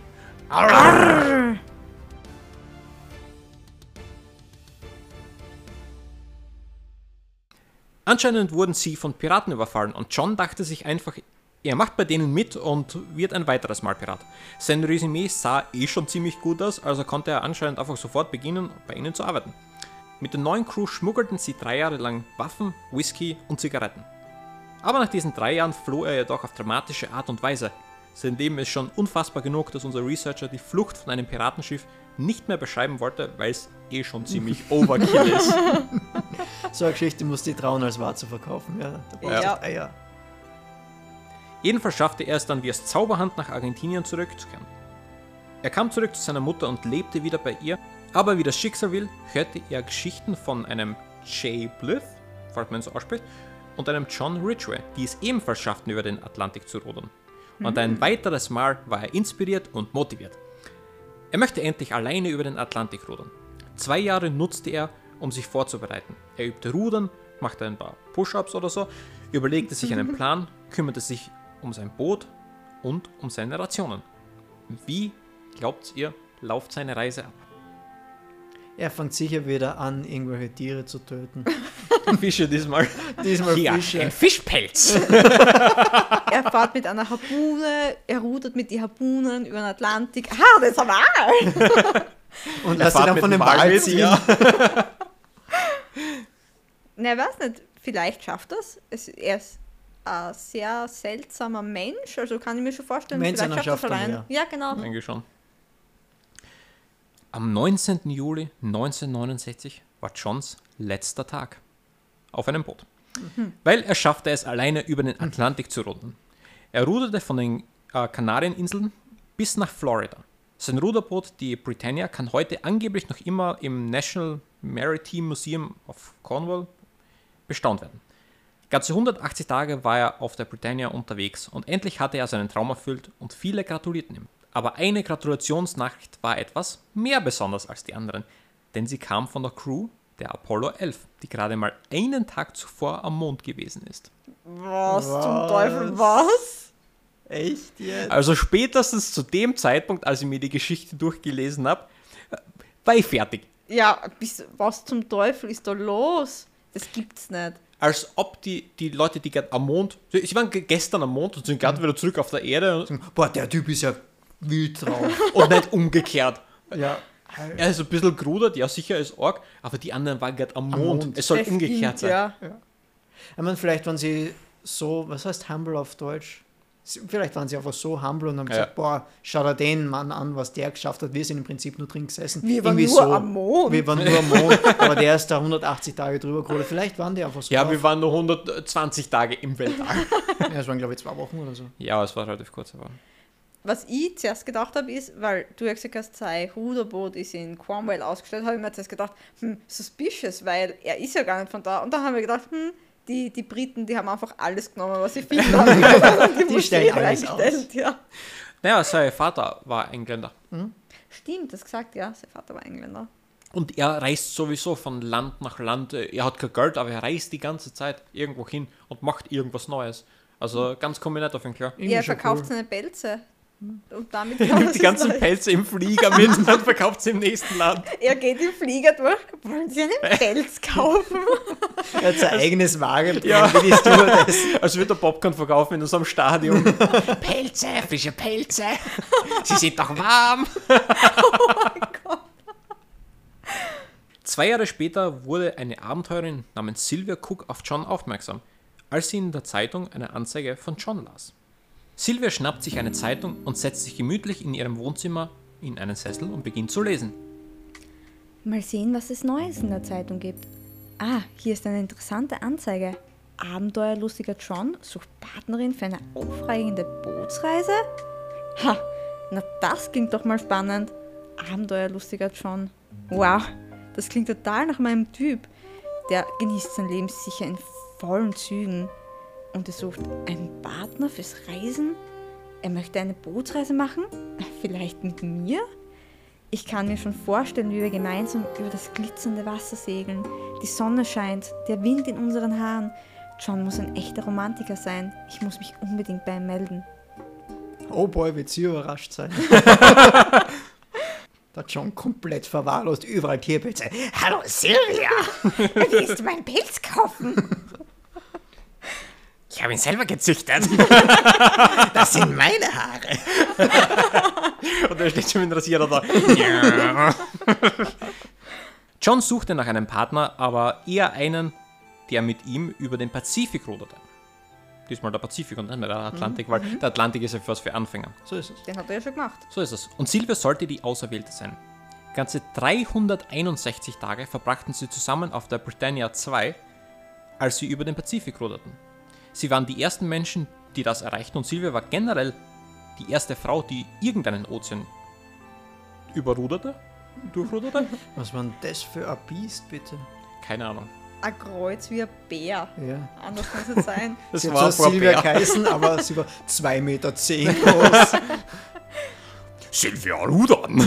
Speaker 1: Anscheinend wurden sie von Piraten überfallen und John dachte sich einfach, er macht bei denen mit und wird ein weiteres Mal Pirat. Sein Resümee sah eh schon ziemlich gut aus, also konnte er anscheinend einfach sofort beginnen, bei ihnen zu arbeiten. Mit der neuen Crew schmuggelten sie drei Jahre lang Waffen, Whisky und Zigaretten. Aber nach diesen drei Jahren floh er jedoch auf dramatische Art und Weise. Sein Leben ist schon unfassbar genug, dass unser Researcher die Flucht von einem Piratenschiff nicht mehr beschreiben wollte, weil es eh schon ziemlich Overkill ist.
Speaker 2: So eine Geschichte muss die trauen, als wahr zu verkaufen. Ja, da brauchst
Speaker 3: Ja.
Speaker 2: du Eier.
Speaker 1: Jedenfalls schaffte er es dann wie aus Zauberhand nach Argentinien zurückzukehren. Er kam zurück zu seiner Mutter und lebte wieder bei ihr, aber wie das Schicksal will, hörte er Geschichten von einem Jay Blyth, falls man es so ausspricht, und einem John Ridgway, die es ebenfalls schafften, über den Atlantik zu rudern. Und ein weiteres Mal war er inspiriert und motiviert. Er möchte endlich alleine über den Atlantik rudern. Zwei Jahre nutzte er, um sich vorzubereiten. Er übte Rudern, machte ein paar Push-ups oder so, überlegte sich
Speaker 2: Mhm.
Speaker 1: einen Plan, kümmerte sich um sein Boot und um seine Rationen. Wie, glaubt ihr, läuft seine Reise
Speaker 2: [LAUGHS]
Speaker 1: ab?
Speaker 2: Er fängt sicher wieder an, irgendwelche Tiere zu [LAUGHS] töten.
Speaker 1: Fische diesmal.
Speaker 2: Diesmal
Speaker 1: Ja, ein
Speaker 2: Fische.
Speaker 1: Fischpelz.
Speaker 3: Er fährt mit einer Harpune, er rudert mit den Harpunen über den Atlantik. Ah, das war wahr.
Speaker 2: Und lass sie
Speaker 1: fährt
Speaker 2: dann
Speaker 1: mit
Speaker 2: von
Speaker 1: dem
Speaker 2: dem
Speaker 1: Wal
Speaker 2: Wal
Speaker 1: mit,
Speaker 2: ziehen.
Speaker 1: ja.
Speaker 3: Na, ich weiß nicht, vielleicht schafft das. Es, er ist ein sehr seltsamer Mensch, also kann ich mir schon vorstellen,
Speaker 2: Mensch
Speaker 3: vielleicht
Speaker 2: einer
Speaker 3: schafft er es
Speaker 2: Schaftung,
Speaker 3: allein. Ja, genau.
Speaker 1: Eigentlich schon. Am 19. Juli 1969 war Johns letzter Tag auf einem Boot, weil er schaffte es alleine über den Atlantik zu rudern. Er ruderte von den äh, Kanareninseln bis nach Florida. Sein Ruderboot, die Britannia, kann heute angeblich noch immer im National Maritime Museum of Cornwall bestaunt werden. Ganze 180 Tage war er auf der Britannia unterwegs und endlich hatte er seinen Traum erfüllt und viele gratulierten ihm. Aber eine Gratulationsnachricht war etwas mehr besonders als die anderen, denn sie kam von der Crew der Apollo 11, die gerade mal einen Tag zuvor am Mond gewesen ist.
Speaker 3: Was zum
Speaker 2: Was?
Speaker 3: Teufel, was?
Speaker 2: Echt jetzt?
Speaker 1: Also spätestens zu dem Zeitpunkt, als ich mir die Geschichte durchgelesen habe, war ich fertig.
Speaker 3: Ja, bis, was zum Teufel ist da los? Das gibt's nicht.
Speaker 1: Als ob die, die Leute, die gerade am Mond, sie sie waren ge- gestern am Mond und sind gerade wieder zurück auf der Erde und-
Speaker 2: Boah, der Typ ist ja wild [LAUGHS] drauf.
Speaker 1: und nicht umgekehrt.
Speaker 2: ja.
Speaker 1: Er ist ein bisschen gerudert, ja sicher ist arg, aber die anderen waren gerade am, Mond.
Speaker 2: Mond.
Speaker 1: Es soll
Speaker 3: Das
Speaker 1: umgekehrt
Speaker 3: stimmt,
Speaker 1: sein.
Speaker 3: Ja.
Speaker 2: Ich meine, vielleicht waren sie so, was heißt humble auf Deutsch? Sie- Vielleicht waren sie einfach so humble und haben
Speaker 1: Ja.
Speaker 2: gesagt, boah, schau dir den Mann an, was der geschafft hat. Wir sind im Prinzip nur drin gesessen.
Speaker 3: Wir waren
Speaker 2: Irgendwie
Speaker 3: nur
Speaker 2: so.
Speaker 3: am Mond.
Speaker 2: Wir waren nur am Mond, aber der ist da 180 Tage drüber geholt. Vielleicht waren die einfach so.
Speaker 1: Ja,
Speaker 2: drauf.
Speaker 1: wir waren nur 120 Tage im Weltall.
Speaker 2: ja, es waren glaube ich zwei Wochen oder so.
Speaker 1: ja, es war relativ kurz, aber.
Speaker 3: Was ich zuerst gedacht habe, ist, weil du ja gesagt hast, sein Ruderboot ist in Cornwall ausgestellt, habe ich mir zuerst gedacht, hm, suspicious, weil er ist ja gar nicht von da. Und dann haben wir gedacht, hm, die, die Briten, die haben einfach alles genommen, was sie finden
Speaker 2: [LAUGHS]
Speaker 3: haben. die
Speaker 2: Die
Speaker 3: Moscheen
Speaker 2: stellen alles aus.
Speaker 3: reingestellt, Ja.
Speaker 1: Naja, sein Vater war Engländer.
Speaker 3: Stimmt, das gesagt, ja, sein Vater war Engländer.
Speaker 1: Und er reist sowieso von Land nach Land. Er hat kein Geld, aber er reist die ganze Zeit irgendwo hin und macht irgendwas Neues. Also ganz komme ich nicht auf ihn klar.
Speaker 2: Irgendwie
Speaker 3: er
Speaker 2: schon
Speaker 3: verkauft
Speaker 2: cool. Hm.
Speaker 3: seine Pelze.
Speaker 2: [LAUGHS]
Speaker 3: Und damit
Speaker 1: Er
Speaker 3: kann man
Speaker 1: nimmt die
Speaker 3: sich
Speaker 1: ganzen
Speaker 3: neu-
Speaker 1: Pelze im Flieger mit und verkauft sie im nächsten Land.
Speaker 3: Er geht im Flieger durch. Wollen
Speaker 2: [LAUGHS]
Speaker 3: Sie einen Pelz kaufen?
Speaker 2: Er hat sein eigenes Wagen,
Speaker 1: Ja.
Speaker 2: ja. wie die Stewardess.
Speaker 1: [LAUGHS] Als würde er Also Popcorn verkaufen in unserem Stadion. [LAUGHS] Pelze, frische Pelze. Sie sind doch warm. [LAUGHS] Oh Zwei Jahre später wurde eine Abenteurerin namens Sylvia Cook auf John aufmerksam, als sie in der Zeitung eine Anzeige von John las. Sylvia schnappt sich eine Zeitung und setzt sich gemütlich in ihrem Wohnzimmer in einen Sessel und beginnt zu lesen.
Speaker 4: Mal sehen, was es Neues in der Zeitung gibt. Ah, hier ist eine interessante Anzeige. Abenteuerlustiger John sucht Partnerin für eine aufregende Bootsreise? Ha, na das klingt doch mal spannend. Abenteuerlustiger John. Wow, das klingt total nach meinem Typ. Der genießt sein Leben sicher in vollen Zügen. Und er sucht einen Partner fürs Reisen? Er möchte eine Bootsreise machen? Vielleicht mit mir? Ich kann mir schon vorstellen, wie wir gemeinsam über das glitzernde Wasser segeln. Die Sonne scheint, der Wind in unseren Haaren. John muss ein echter Romantiker sein. Ich muss mich unbedingt bei ihm
Speaker 1: [LAUGHS]
Speaker 4: melden.
Speaker 2: Oh boy, wird sie überrascht sein. Da hat John komplett verwahrlost, überall Tierpilze. Hallo Silvia!
Speaker 4: Willst du meinen Pilz kaufen?
Speaker 1: Ich habe ihn selber gezüchtet.
Speaker 2: Das sind meine Haare!
Speaker 1: Und er steht schon mit dem Rasierer da. John suchte nach einem Partner, aber eher einen, der mit ihm über den Pazifik ruderte. Diesmal der Pazifik und nicht mehr der Atlantik, weil der Atlantik ist ja was für Anfänger.
Speaker 2: So ist es.
Speaker 3: Den hat er ja schon gemacht.
Speaker 1: So ist es. Und Silvia sollte die Auserwählte sein. Ganze 361 Tage verbrachten sie zusammen auf der Britannia 2, als sie über den Pazifik ruderten. Sie waren die ersten Menschen, die das erreichten und Silvia war generell die erste Frau, die irgendeinen Ozean überruderte, durchruderte.
Speaker 2: Was war denn das für ein Biest, bitte?
Speaker 1: Keine Ahnung.
Speaker 3: Ein Kreuz wie ein Bär.
Speaker 2: Ja.
Speaker 3: Anders muss
Speaker 1: [LAUGHS]
Speaker 3: es sein.
Speaker 1: Das
Speaker 2: sie hat zwar Silvia geheißen, [LAUGHS] aber sie war 2,10 Meter zehn groß. [LAUGHS]
Speaker 1: Silvia [LAUGHS] rudern!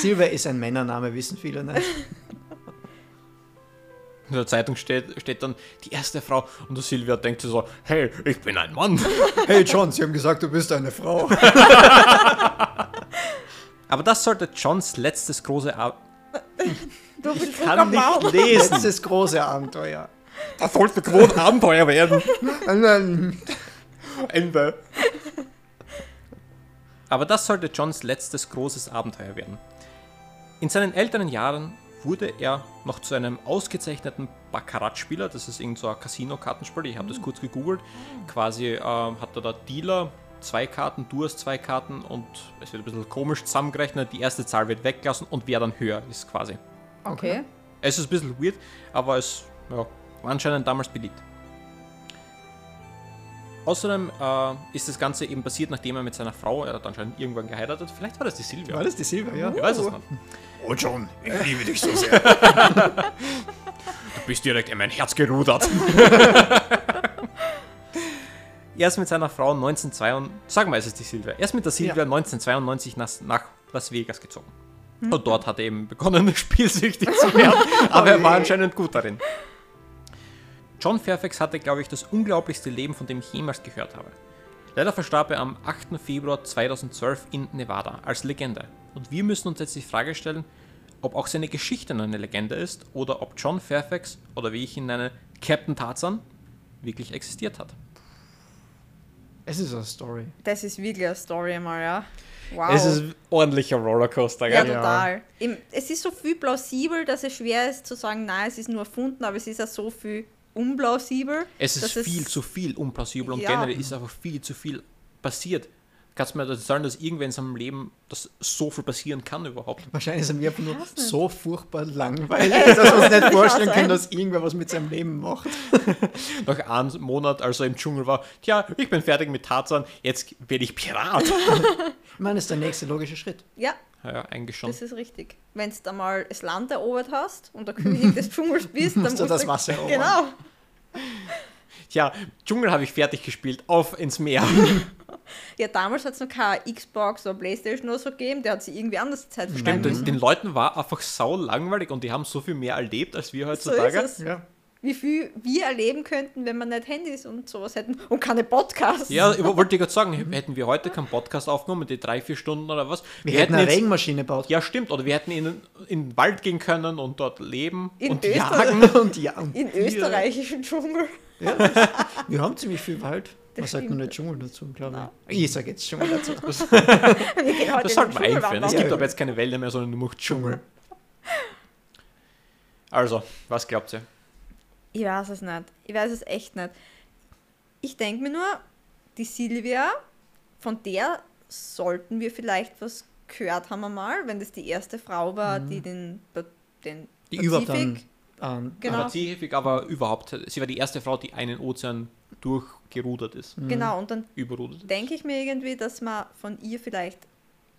Speaker 2: Silvia ist ein Männername, wissen viele nicht.
Speaker 1: In der Zeitung steht, steht dann die erste Frau und der Silvia denkt sich so, hey, ich bin ein Mann.
Speaker 2: Hey John, sie haben gesagt, du bist eine Frau.
Speaker 1: [LAUGHS] Aber das sollte Johns letztes große Ab
Speaker 3: Du bist ich
Speaker 1: kann nicht lesen.
Speaker 2: Letztes große Abenteuer.
Speaker 1: Das sollte groß [LAUGHS] Abenteuer werden. Ende. Aber das sollte Johns letztes großes Abenteuer werden. In seinen älteren Jahren wurde er noch zu einem ausgezeichneten Baccarat-Spieler, das ist irgend so ein Casino-Kartenspiel, ich habe das kurz gegoogelt. Quasi ähm, hat er da Dealer, zwei Karten, du hast zwei Karten und es wird ein bisschen komisch zusammengerechnet, die erste Zahl wird weggelassen und wer dann höher ist quasi.
Speaker 3: Okay.
Speaker 1: Es ist ein bisschen weird, aber es ja, war anscheinend damals beliebt. Außerdem äh, ist das Ganze eben passiert, nachdem er mit seiner Frau, er hat anscheinend irgendwann geheiratet, vielleicht war das die Silvia.
Speaker 2: War das die Silvia, ja?
Speaker 1: Ich weiß es nicht.
Speaker 5: Oh John, ich liebe dich so sehr.
Speaker 1: Du bist direkt in mein Herz [LAUGHS] gerudert. er ist mit seiner Frau 1992, sagen wir es ist die Silvia, er ist mit der Silvia
Speaker 2: Ja.
Speaker 1: 1992 nach, nach Las Vegas gezogen.
Speaker 5: Hm.
Speaker 1: Und dort hat er eben begonnen, spielsüchtig
Speaker 5: [LAUGHS]
Speaker 1: zu werden,
Speaker 5: Oh
Speaker 1: aber er war anscheinend gut darin. John Fairfax hatte, glaube ich, das unglaublichste Leben, von dem ich jemals gehört habe. Leider verstarb er am 8. Februar 2012 in Nevada als Legende. Und wir müssen uns jetzt die Frage stellen, ob auch seine Geschichte nur eine Legende ist oder ob John Fairfax oder wie ich ihn nenne, Captain Tarzan wirklich existiert hat.
Speaker 2: Es ist eine Story.
Speaker 3: Das ist wirklich eine Story mal, ja.
Speaker 2: Oh.
Speaker 3: Wow.
Speaker 1: ordentlicher Rollercoaster,
Speaker 3: ja,
Speaker 2: ja.
Speaker 3: total. Im- Es ist so viel plausibel, dass es schwer ist zu sagen, nein, es ist nur erfunden, aber es ist ja so viel unplausibel.
Speaker 1: Es ist
Speaker 3: dass
Speaker 1: viel zu viel unplausibel und
Speaker 3: Ja.
Speaker 1: generell ist einfach viel zu viel passiert. Kannst du mir das sagen, dass irgendwer in seinem Leben das so viel passieren kann überhaupt?
Speaker 2: Wahrscheinlich sind wir einfach nur so furchtbar langweilig, [LAUGHS] dass wir uns nicht vorstellen können, dass irgendwer was mit seinem Leben macht.
Speaker 1: Nach einem Monat, als er im Dschungel war, tja, ich bin fertig mit Tarzan, jetzt werde ich Pirat.
Speaker 3: [LAUGHS]
Speaker 2: Ich meine, das ist der nächste logische Schritt.
Speaker 3: Ja,
Speaker 1: Ja, eigentlich schon.
Speaker 3: das ist richtig. Wenn du da mal das Land erobert hast und der
Speaker 2: [LAUGHS]
Speaker 3: König des Dschungels bist, dann
Speaker 2: Musst du das Wasser erobern.
Speaker 3: Genau.
Speaker 1: Tja, Dschungel habe ich fertig gespielt, auf ins Meer.
Speaker 3: Ja, damals hat es noch keine Xbox oder Playstation oder so gegeben, der hat sich irgendwie anders die Zeit verstanden.
Speaker 1: [LAUGHS] Stimmt, den, den Leuten war einfach sau langweilig und die haben so viel mehr erlebt als wir
Speaker 3: So ist
Speaker 1: heutzutage.
Speaker 3: es.
Speaker 2: Ja.
Speaker 3: Wie viel wir erleben könnten, wenn wir nicht Handys und sowas hätten und keine Podcasts.
Speaker 1: ja, ich wollte ich gerade sagen,
Speaker 3: Mhm.
Speaker 1: hätten wir heute keinen Podcast aufgenommen, die drei, vier Stunden oder was.
Speaker 2: Wir, hätten eine
Speaker 1: jetzt-
Speaker 2: Regenmaschine gebaut.
Speaker 1: Ja, stimmt. Oder wir hätten in, in den Wald gehen können und dort leben
Speaker 3: In
Speaker 1: und
Speaker 3: Österreich.
Speaker 1: jagen.
Speaker 2: [LAUGHS] Und ja, und
Speaker 3: In
Speaker 2: Tiere.
Speaker 3: österreichischen Dschungel. [LAUGHS]
Speaker 2: Wir haben ziemlich viel Wald. Man
Speaker 3: Das
Speaker 2: sagt nur
Speaker 3: stimmt.
Speaker 2: nicht Dschungel dazu, glaube ich. Ich sage jetzt Dschungel dazu.
Speaker 3: Wir gehen heute
Speaker 1: Das
Speaker 3: in den
Speaker 1: sollten wir
Speaker 3: Dschungel
Speaker 1: einführen. Es
Speaker 3: wandern.
Speaker 1: gibt aber jetzt keine Wälder mehr, sondern nur noch Dschungel. Also, was glaubt ihr?
Speaker 3: Ich weiß es nicht. Ich weiß es echt nicht. Ich denke mir nur, die Silvia, von der sollten wir vielleicht was gehört haben einmal, wenn das die erste Frau war,
Speaker 1: Mhm.
Speaker 3: die den, Pa- den
Speaker 2: Die überhaupt dann
Speaker 3: Pazifik-
Speaker 2: ähm,
Speaker 1: Genau.
Speaker 3: Genau,
Speaker 1: Pazifik, aber überhaupt. Sie war die erste Frau, die einen Ozean durchgerudert ist.
Speaker 3: genau. Und dann
Speaker 1: Überrudert. ist.
Speaker 3: denke ich mir irgendwie, dass man von ihr vielleicht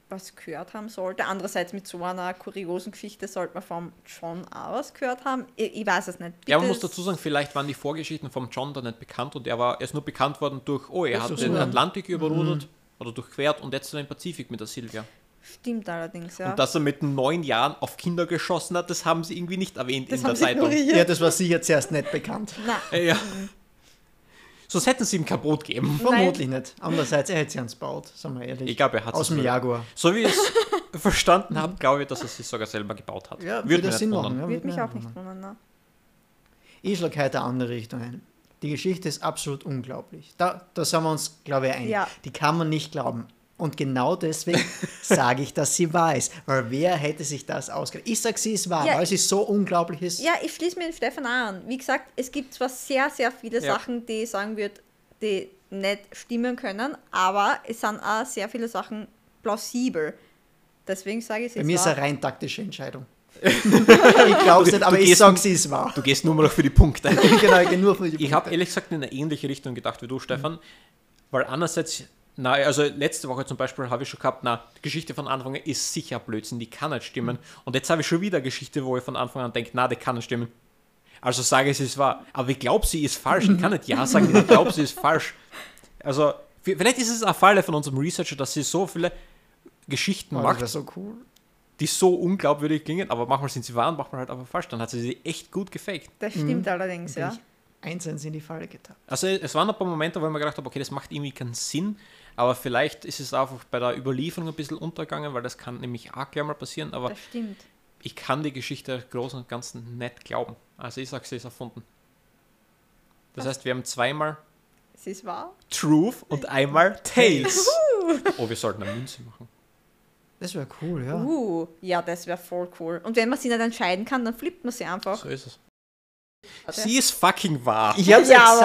Speaker 3: was gehört haben sollte. Andererseits mit so einer kuriosen Geschichte sollte man vom John auch was gehört haben. Ich, ich weiß es nicht.
Speaker 1: Ja, man muss
Speaker 3: Bitte
Speaker 1: dazu sagen, vielleicht waren die Vorgeschichten vom John da nicht bekannt und er war erst nur bekannt worden durch, oh, er
Speaker 2: Das
Speaker 1: hat
Speaker 2: ist
Speaker 1: den
Speaker 2: so. Mhm.
Speaker 1: Atlantik überrudert oder durchquert und jetzt den Pazifik mit der Silvia.
Speaker 3: Stimmt allerdings, ja.
Speaker 1: Und dass er mit neun Jahren auf Kinder geschossen hat, das haben sie irgendwie nicht erwähnt
Speaker 3: das
Speaker 1: in der
Speaker 3: haben sie
Speaker 1: Zeitung.
Speaker 2: Ja,
Speaker 3: ignoriert.
Speaker 2: das war sicher zuerst nicht bekannt.
Speaker 3: Nein,
Speaker 1: Äh, Ja. Sonst hätten sie ihm kein Brot gegeben.
Speaker 2: Vermutlich nicht. Andererseits, er hätte sie ans Baut, sagen wir ehrlich.
Speaker 1: Ich glaube, er hat
Speaker 2: Aus
Speaker 1: es
Speaker 2: dem
Speaker 1: selber-
Speaker 2: Jaguar.
Speaker 1: So wie ich es [LAUGHS] verstanden habe, glaube ich, dass er sich sogar selber gebaut hat.
Speaker 2: Ja,
Speaker 1: Würde
Speaker 2: würde
Speaker 1: mich
Speaker 2: das
Speaker 1: nicht
Speaker 2: Sinn
Speaker 1: wundern.
Speaker 2: machen. Ja,
Speaker 3: würde mich
Speaker 2: mir
Speaker 3: auch nicht wundern. nein.
Speaker 2: Ich schlage heute eine andere Richtung ein. Die Geschichte ist absolut unglaublich. Da, da sind wir uns, glaube ich, einig.
Speaker 3: Ja.
Speaker 2: Die kann man nicht glauben. Und genau
Speaker 3: [LAUGHS]
Speaker 2: deswegen sage ich, dass sie wahr ist. Weil wer hätte sich das ausgedacht? Ich sage, sie ist wahr,
Speaker 3: Ja.
Speaker 2: weil sie so unglaublich ist.
Speaker 3: Ja, ich schließe mir den Stefan an. Wie gesagt, es gibt zwar sehr, sehr viele
Speaker 1: Ja.
Speaker 3: Sachen, die ich sagen würde, die nicht stimmen können, aber es sind auch sehr viele Sachen plausibel. Deswegen sage ich es
Speaker 2: Bei
Speaker 3: jetzt.
Speaker 2: mir ist
Speaker 3: wahr.
Speaker 2: eine rein taktische Entscheidung. ich glaube es nicht, aber
Speaker 1: du
Speaker 2: ich
Speaker 1: gehst-
Speaker 2: sage, sie ist wahr.
Speaker 1: Du gehst nur mal noch für die Punkte.
Speaker 2: genau, ich gehe nur für die
Speaker 1: Ich habe ehrlich gesagt in eine ähnliche Richtung gedacht wie du, Stefan, weil andererseits, na, also letzte Woche zum Beispiel habe ich schon gehabt, na, die Geschichte von Anfang an ist sicher Blödsinn, die kann nicht stimmen. Und jetzt habe ich schon wieder eine Geschichte, wo ich von Anfang an denke, na, die kann nicht stimmen. Also sage ich, sie ist wahr. Aber ich glaube, sie ist falsch. Ich kann nicht ja sagen, ich glaube, sie ist falsch. Also, vi- vielleicht ist es ein Fall von unserem Researcher, dass sie so viele Geschichten
Speaker 2: Boah, Das
Speaker 1: macht,
Speaker 2: wäre so cool.
Speaker 1: die so unglaubwürdig klingen, aber manchmal sind sie wahr und manchmal halt aber falsch. Dann hat sie sie echt gut gefaked.
Speaker 3: das stimmt
Speaker 2: Mhm.
Speaker 3: allerdings,
Speaker 2: Bin
Speaker 3: ja.
Speaker 2: ich einzeln in die Falle getappt.
Speaker 1: Also es waren ein paar Momente, wo ich mir gedacht habe, okay, das macht irgendwie keinen Sinn, aber vielleicht ist es einfach bei der Überlieferung ein bisschen untergegangen, weil das kann nämlich auch gleich mal passieren, aber
Speaker 3: Das stimmt.
Speaker 1: ich kann die Geschichte im Großen und Ganzen nicht glauben. Also ich sage, sie ist erfunden. Das heißt, wir haben zweimal
Speaker 3: Es ist wahr.
Speaker 1: Truth und einmal Tales. Oh, wir sollten eine Münze machen.
Speaker 2: Das wäre cool, ja.
Speaker 3: Uh, ja, das wäre voll cool. Und wenn man sie nicht entscheiden kann, dann flippt man sie einfach.
Speaker 1: So ist es.
Speaker 3: Warte.
Speaker 1: Sie ist fucking wahr.
Speaker 2: Ich hab's ja
Speaker 3: Jawohl.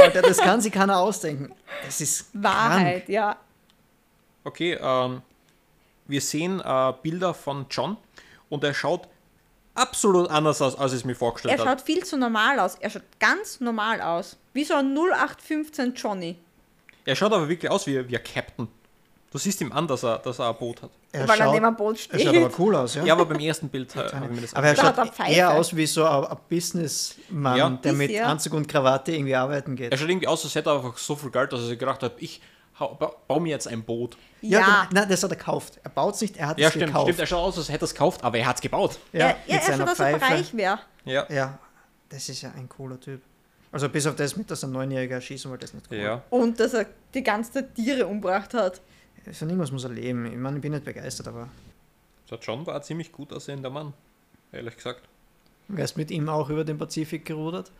Speaker 2: gesagt, Alter, das kann sich keiner ausdenken. Das ist
Speaker 3: Wahrheit, ja.
Speaker 1: Okay, ähm, wir sehen äh, Bilder von John und er schaut absolut anders aus, als ich es mir vorgestellt
Speaker 3: Er
Speaker 1: habe.
Speaker 3: schaut viel zu normal aus. Er schaut ganz normal aus. Wie so ein 0815 Johnny.
Speaker 1: Er schaut aber wirklich aus wie, wie ein Captain. Du siehst ihm an, dass er, dass er ein Boot hat.
Speaker 2: Krank. Er
Speaker 3: weil er
Speaker 2: schaut-
Speaker 3: neben einem Boot
Speaker 2: er
Speaker 3: steht.
Speaker 2: schaut aber cool aus, ja.
Speaker 1: Ja, aber beim ersten Bild äh, habe ich mir das
Speaker 2: aber er
Speaker 3: Da hat er
Speaker 2: schaut
Speaker 3: Pfeife.
Speaker 2: eher aus wie so ein, ein Businessmann,
Speaker 1: Ja.
Speaker 2: der mit
Speaker 3: Bisher.
Speaker 2: Anzug und Krawatte irgendwie arbeiten
Speaker 1: Er
Speaker 2: geht.
Speaker 1: schaut irgendwie aus, als hätte er einfach so viel Geld, dass er sich gedacht hat, ich hau- ba- baue mir jetzt ein Boot.
Speaker 3: Ja,
Speaker 2: genau. Nein, das hat er gekauft. Er baut es nicht, er hat
Speaker 1: Ja,
Speaker 2: es
Speaker 1: stimmt,
Speaker 2: gekauft.
Speaker 1: stimmt. Er schaut aus, als hätte er es gekauft, aber er hat es gebaut.
Speaker 3: ja, ja,
Speaker 2: genau. mit
Speaker 3: er schaut
Speaker 2: seiner
Speaker 3: aus, ob er reich wäre.
Speaker 1: Ja.
Speaker 2: Ja, das ist ja ein cooler Typ. Also bis auf das mit, dass er Neunjähriger schießen wollte, das ist nicht cool.
Speaker 1: Ja.
Speaker 3: Und dass er die ganze Zeit Tiere umgebracht hat.
Speaker 2: Von irgendwas muss er leben. Ich meine, ich bin nicht begeistert, aber
Speaker 1: Der John war ein ziemlich gut aussehender Mann. Ehrlich gesagt.
Speaker 2: wärst mit ihm auch über den Pazifik gerudert?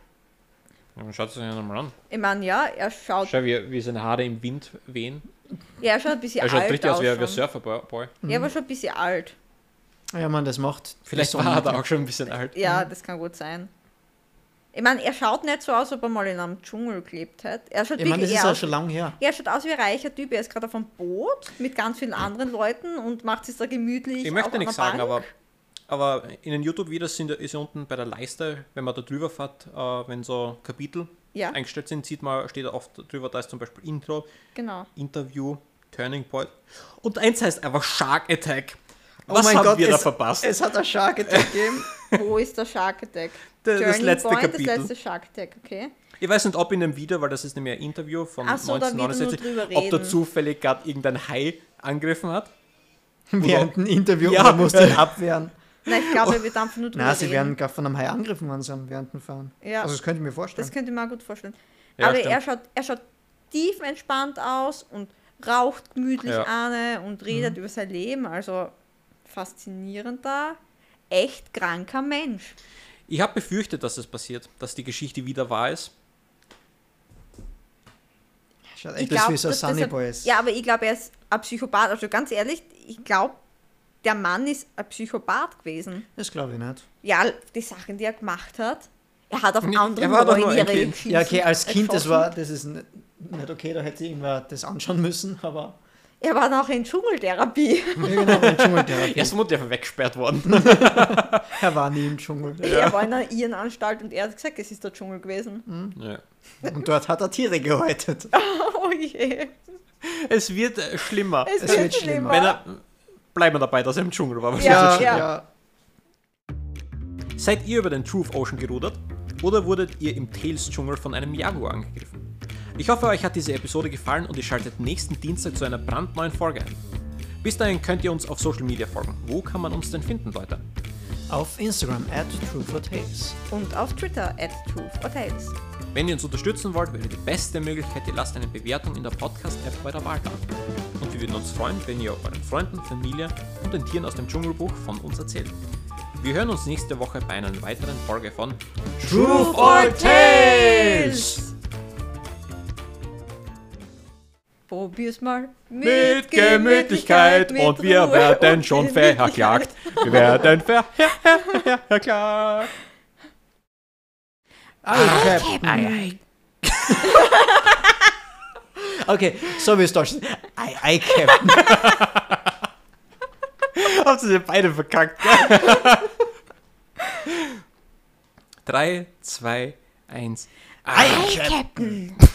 Speaker 1: Ja, Schaut es euch nochmal an.
Speaker 3: Ich meine, ja, er schaut,
Speaker 1: Schau, wie, wie seine Haare im Wind wehen.
Speaker 3: ja, er schaut ein bisschen
Speaker 1: Er schaut
Speaker 3: alt
Speaker 1: richtig
Speaker 3: aus.
Speaker 1: aus wie, ein- wie ein
Speaker 3: schon.
Speaker 1: Surferboy.
Speaker 3: er war schon ein bisschen alt.
Speaker 2: Ja, man, das macht.
Speaker 1: Vielleicht
Speaker 2: so
Speaker 1: Mhm. war er da auch schon ein bisschen alt.
Speaker 3: Ja, das kann gut sein. Ich meine, er schaut nicht so aus, ob er mal in einem Dschungel gelebt hat. Er schaut
Speaker 2: Ich meine, das
Speaker 3: wirklich
Speaker 2: ist
Speaker 3: eher
Speaker 2: ja
Speaker 3: aus-
Speaker 2: schon lange her.
Speaker 3: er schaut aus wie ein reicher Typ. Er ist gerade auf einem Boot mit ganz vielen anderen Leuten und macht sich da gemütlich.
Speaker 1: Ich, möchte
Speaker 3: auf
Speaker 1: nichts
Speaker 3: einer
Speaker 1: sagen,
Speaker 3: Bank.
Speaker 1: aber, aber in den YouTube-Videos sind- ist ja unten bei der Leiste, wenn man da drüber fährt, äh, wenn so Kapitel
Speaker 3: Ja.
Speaker 1: eingestellt sind, sieht man, steht oft drüber, da ist zum Beispiel Intro, [LAUGHS]
Speaker 3: Genau.
Speaker 1: Interview, Turning Point. Und eins heißt einfach Shark Attack.
Speaker 2: Oh
Speaker 1: Was
Speaker 2: mein
Speaker 1: haben
Speaker 2: Gott,
Speaker 1: wir da
Speaker 2: es,
Speaker 1: verpasst?
Speaker 2: Es hat ein Shark Attack gegeben.
Speaker 3: Wo ist der Shark Attack?
Speaker 1: [LAUGHS] Das- das
Speaker 3: Turning
Speaker 1: letzte
Speaker 3: Point,
Speaker 1: Kapitel.
Speaker 3: Das letzte Shark Attack, okay.
Speaker 1: Ich weiß nicht, ob in dem Video, weil das ist nämlich ein Interview von
Speaker 3: Ach so, da wird nur
Speaker 1: 1969,
Speaker 3: drüber
Speaker 1: ob da
Speaker 3: reden.
Speaker 1: zufällig gerade irgendein Hai angegriffen hat.
Speaker 2: [LAUGHS] Während ein Interview
Speaker 1: Ja.
Speaker 2: und er musste ihn abwehren.
Speaker 3: Nein, ich glaube, er wird einfach nur drüber
Speaker 2: Na, sie
Speaker 3: reden.
Speaker 2: werden gar von einem Hai angegriffen worden sein während dem Fahren.
Speaker 3: Ja.
Speaker 2: Also das könnte ich mir vorstellen.
Speaker 3: Das könnte ich mir auch gut vorstellen.
Speaker 1: Ja,
Speaker 3: Aber
Speaker 1: stimmt.
Speaker 3: er schaut, er schaut tief entspannt aus und raucht gemütlich
Speaker 1: Ja. Mhm.
Speaker 3: an und redet über sein Leben. Also faszinierender, echt kranker Mensch.
Speaker 1: Ich habe befürchtet, dass es passiert, dass die Geschichte wieder wahr ist.
Speaker 2: Schaut
Speaker 3: Ich
Speaker 2: echt aus
Speaker 3: glaub,
Speaker 2: wie so ein
Speaker 3: dass das
Speaker 2: Sunny
Speaker 3: ein-
Speaker 2: Boy ist.
Speaker 3: Ja, aber ich glaube, er ist ein Psychopath. Also ganz ehrlich, ich glaube, der Mann ist ein Psychopath gewesen.
Speaker 2: Das glaube ich nicht.
Speaker 3: Ja, die Sachen, die er gemacht hat. Er hat auf
Speaker 1: Nee,
Speaker 3: andere
Speaker 1: er war doch nur ein
Speaker 3: Neunjährige
Speaker 1: Kind.
Speaker 3: geschissen,
Speaker 2: Ja, okay, als Kind, das
Speaker 3: erschossen.
Speaker 2: war, das ist nicht, nicht okay, da hätte irgendwer das anschauen müssen, aber [LAUGHS] genau,
Speaker 3: Er war noch in Dschungeltherapie.
Speaker 2: irgendwann war im Dschungel der.
Speaker 1: Erst wurde er weggesperrt worden.
Speaker 2: Er war nie
Speaker 1: [LAUGHS]
Speaker 2: im Dschungel.
Speaker 3: [LAUGHS] Er war in einer Irrenanstalt und er hat gesagt, es ist der Dschungel gewesen.
Speaker 1: ja.
Speaker 2: Und dort hat er Tiere gehäutet.
Speaker 3: [LAUGHS] Oh je.
Speaker 1: Es wird äh, schlimmer.
Speaker 3: Es,
Speaker 2: Es
Speaker 3: wird,
Speaker 2: wird schlimmer.
Speaker 3: schlimmer.
Speaker 1: Wenn er, bleiben wir dabei, dass er im Dschungel war.
Speaker 3: Ja.
Speaker 1: Seid ihr über den Truth Ocean gerudert? Oder wurdet ihr im Tales-Dschungel von einem Jaguar angegriffen? Ich hoffe, euch hat diese Episode gefallen und ihr schaltet nächsten Dienstag zu einer brandneuen Folge ein. Bis dahin könnt ihr uns auf Social Media folgen. Wo kann man uns denn finden, Leute?
Speaker 2: Auf Instagram at truefortales.
Speaker 3: Und auf Twitter at Truth or Tales.
Speaker 1: Wenn ihr uns unterstützen wollt, wäre die beste Möglichkeit, ihr lasst eine Bewertung in der Podcast-App eurer Wahl da. Und wir würden uns freuen, wenn ihr euren Freunden, Familie und den Tieren aus dem Dschungelbuch von uns erzählt. Wir hören uns nächste Woche bei einer weiteren Folge von
Speaker 2: Truth or Tales?
Speaker 3: Probier's mal.
Speaker 1: Mit Gemütlichkeit
Speaker 3: mit
Speaker 1: und wir
Speaker 3: Ruhe
Speaker 1: werden
Speaker 3: und
Speaker 1: schon [LAUGHS]
Speaker 3: Gemütlichkeit.
Speaker 1: verjagt. Wir werden verjagt.
Speaker 2: Ah, Captain. [LAUGHS] Okay, so wie es Deutsch ist. Ei, ei, Captain.
Speaker 1: [LAUGHS] Habt ihr beide verkackt, gell? 3, 2, 1.
Speaker 2: Ei, Captain.